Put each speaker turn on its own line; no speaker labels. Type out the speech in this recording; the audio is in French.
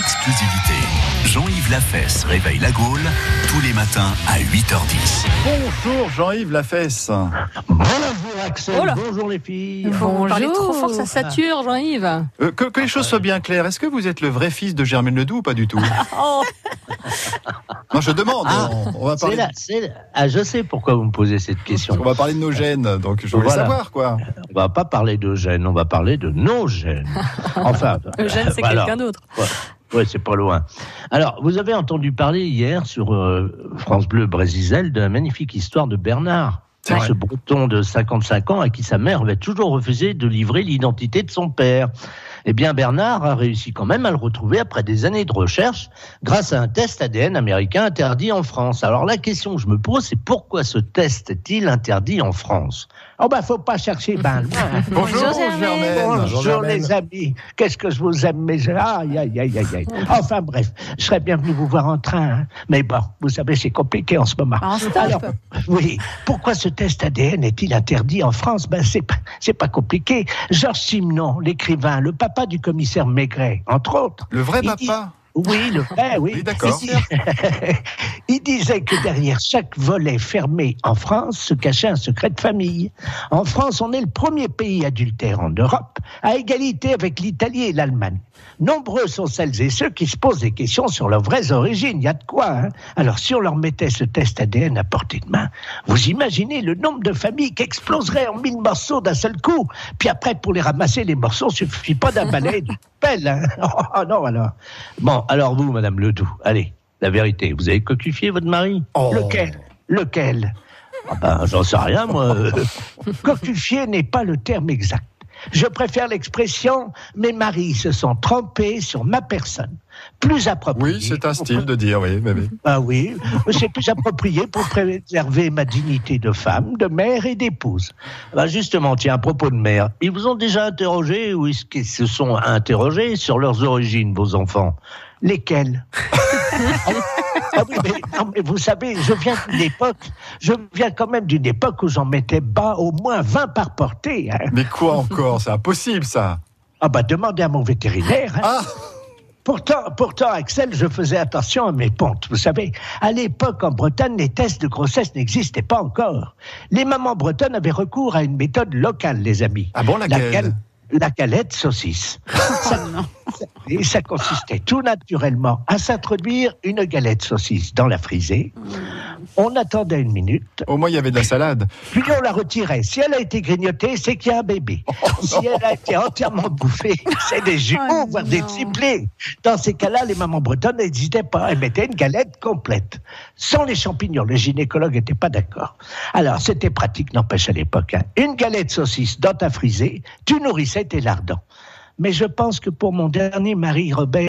exclusivité. Jean-Yves Lafesse réveille la Gaule tous les matins à 8h10.
Bonjour Jean-Yves Lafesse.
Bonjour Axel,
Oh là.
bonjour les filles.
Vous
Bonjour.
parlez trop fort, ça sature, Jean-Yves.
Euh, que, que les choses soient bien claires, est-ce que vous êtes le vrai fils de Germaine Ledoux ou pas du tout
Oh,
Non, je demande.
Ah,
on, on va
C'est
parler,
la- c'est la- Ah, je sais pourquoi vous me posez cette question.
on va parler de nos gènes, donc je voulais
Voilà.
savoir quoi.
On va pas parler de gènes, on va parler de nos gènes. Enfin,
Eugène, c'est
voilà.
quelqu'un d'autre.
Ouais, c'est pas loin. Alors, vous avez entendu parler hier sur euh, France Bleu Brésisel de la magnifique histoire de Bernard.
C'est vrai.
Ce breton de 55 ans à qui sa mère avait toujours refusé de livrer l'identité de son père. Eh bien, Bernard a réussi quand même à le retrouver après des années de recherche grâce à un test ADN américain interdit en France. Alors, la question que je me pose, c'est pourquoi ce test est-il interdit en France Oh, ben, faut pas chercher ben loin. hein.
Bonjour,
Germaine.
Bonjour
Germaine.
les amis, qu'est-ce que je vous aime, mes gens. Aïe, aïe, aïe, aïe, aïe. Enfin bref, je serais bien venu vous voir en train, hein. mais bon, vous savez, c'est compliqué en ce moment.
En stop.
Alors, oui, pourquoi ce test ADN est-il interdit en France Ben, c'est pas, c'est pas compliqué. Georges Simenon, l'écrivain, le papa du commissaire Maigret, entre autres.
Le vrai
Il dit-
papa
Oui, le vrai, oui.
Oui, d'accord.
Il, dis- Il disait que derrière chaque volet fermé en France se cachait un secret de famille. En France, on est le premier pays adultère en Europe, à égalité avec l'Italie et l'Allemagne. Nombreux sont celles et ceux qui se posent des questions sur leurs vraies origines. Il y a de quoi. hein. Alors, si on leur mettait ce test ADN à portée de main, vous imaginez le nombre de familles qui exploseraient en mille morceaux d'un seul coup. Puis après, pour les ramasser, les morceaux, suffit pas d'un balai et d'une pelle. hein. Oh non, alors. Bon, alors vous, Madame Ledoux, allez, la vérité, vous avez coquifié votre mari Lequel Lequel ah ben, j'en sais rien, moi. Coquifier n'est pas le terme exact. Je préfère l'expression mes maris se sont trempés sur ma personne. Plus approprié.
Oui, c'est un style de dire, oui. Mais, mais.
Ah oui, c'est plus approprié pour préserver ma dignité de femme, de mère et d'épouse. Bah justement, tiens, à propos de mère, ils vous ont déjà interrogé ou est-ce qu'ils se sont interrogés sur leurs origines, vos enfants Lesquels ah oui, mais, non, mais vous savez, je viens d'une époque, je viens quand même d'une époque où j'en mettais bas au moins 20 par portée. hein.
Mais quoi encore C'est impossible ça.
Ah bah demandez à mon vétérinaire. hein.
Ah
Pourtant, pourtant, Axel, je faisais attention à mes pontes. Vous savez, à l'époque, en Bretagne, les tests de grossesse n'existaient pas encore. Les mamans bretonnes avaient recours à une méthode locale, les amis.
Ah bon, laquelle
La galette saucisse. ça, et ça consistait tout naturellement à s'introduire une galette saucisse dans la frisée. On attendait une minute,
Au moins, il y avait de la salade.
puis on la retirait. Si elle a été grignotée, c'est qu'il y a un bébé. si elle a été entièrement bouffée, c'est des jumeaux,
Oh
voire des
non.
triplés. Dans ces cas-là, les mamans bretonnes n'hésitaient pas. Elles mettaient une galette complète, sans les champignons. Le gynécologue n'était pas d'accord. Alors, c'était pratique, n'empêche, à l'époque. hein. Une galette saucisse dans ta frisée, tu nourrissais tes lardons. Mais je pense que pour mon dernier mari, Robert,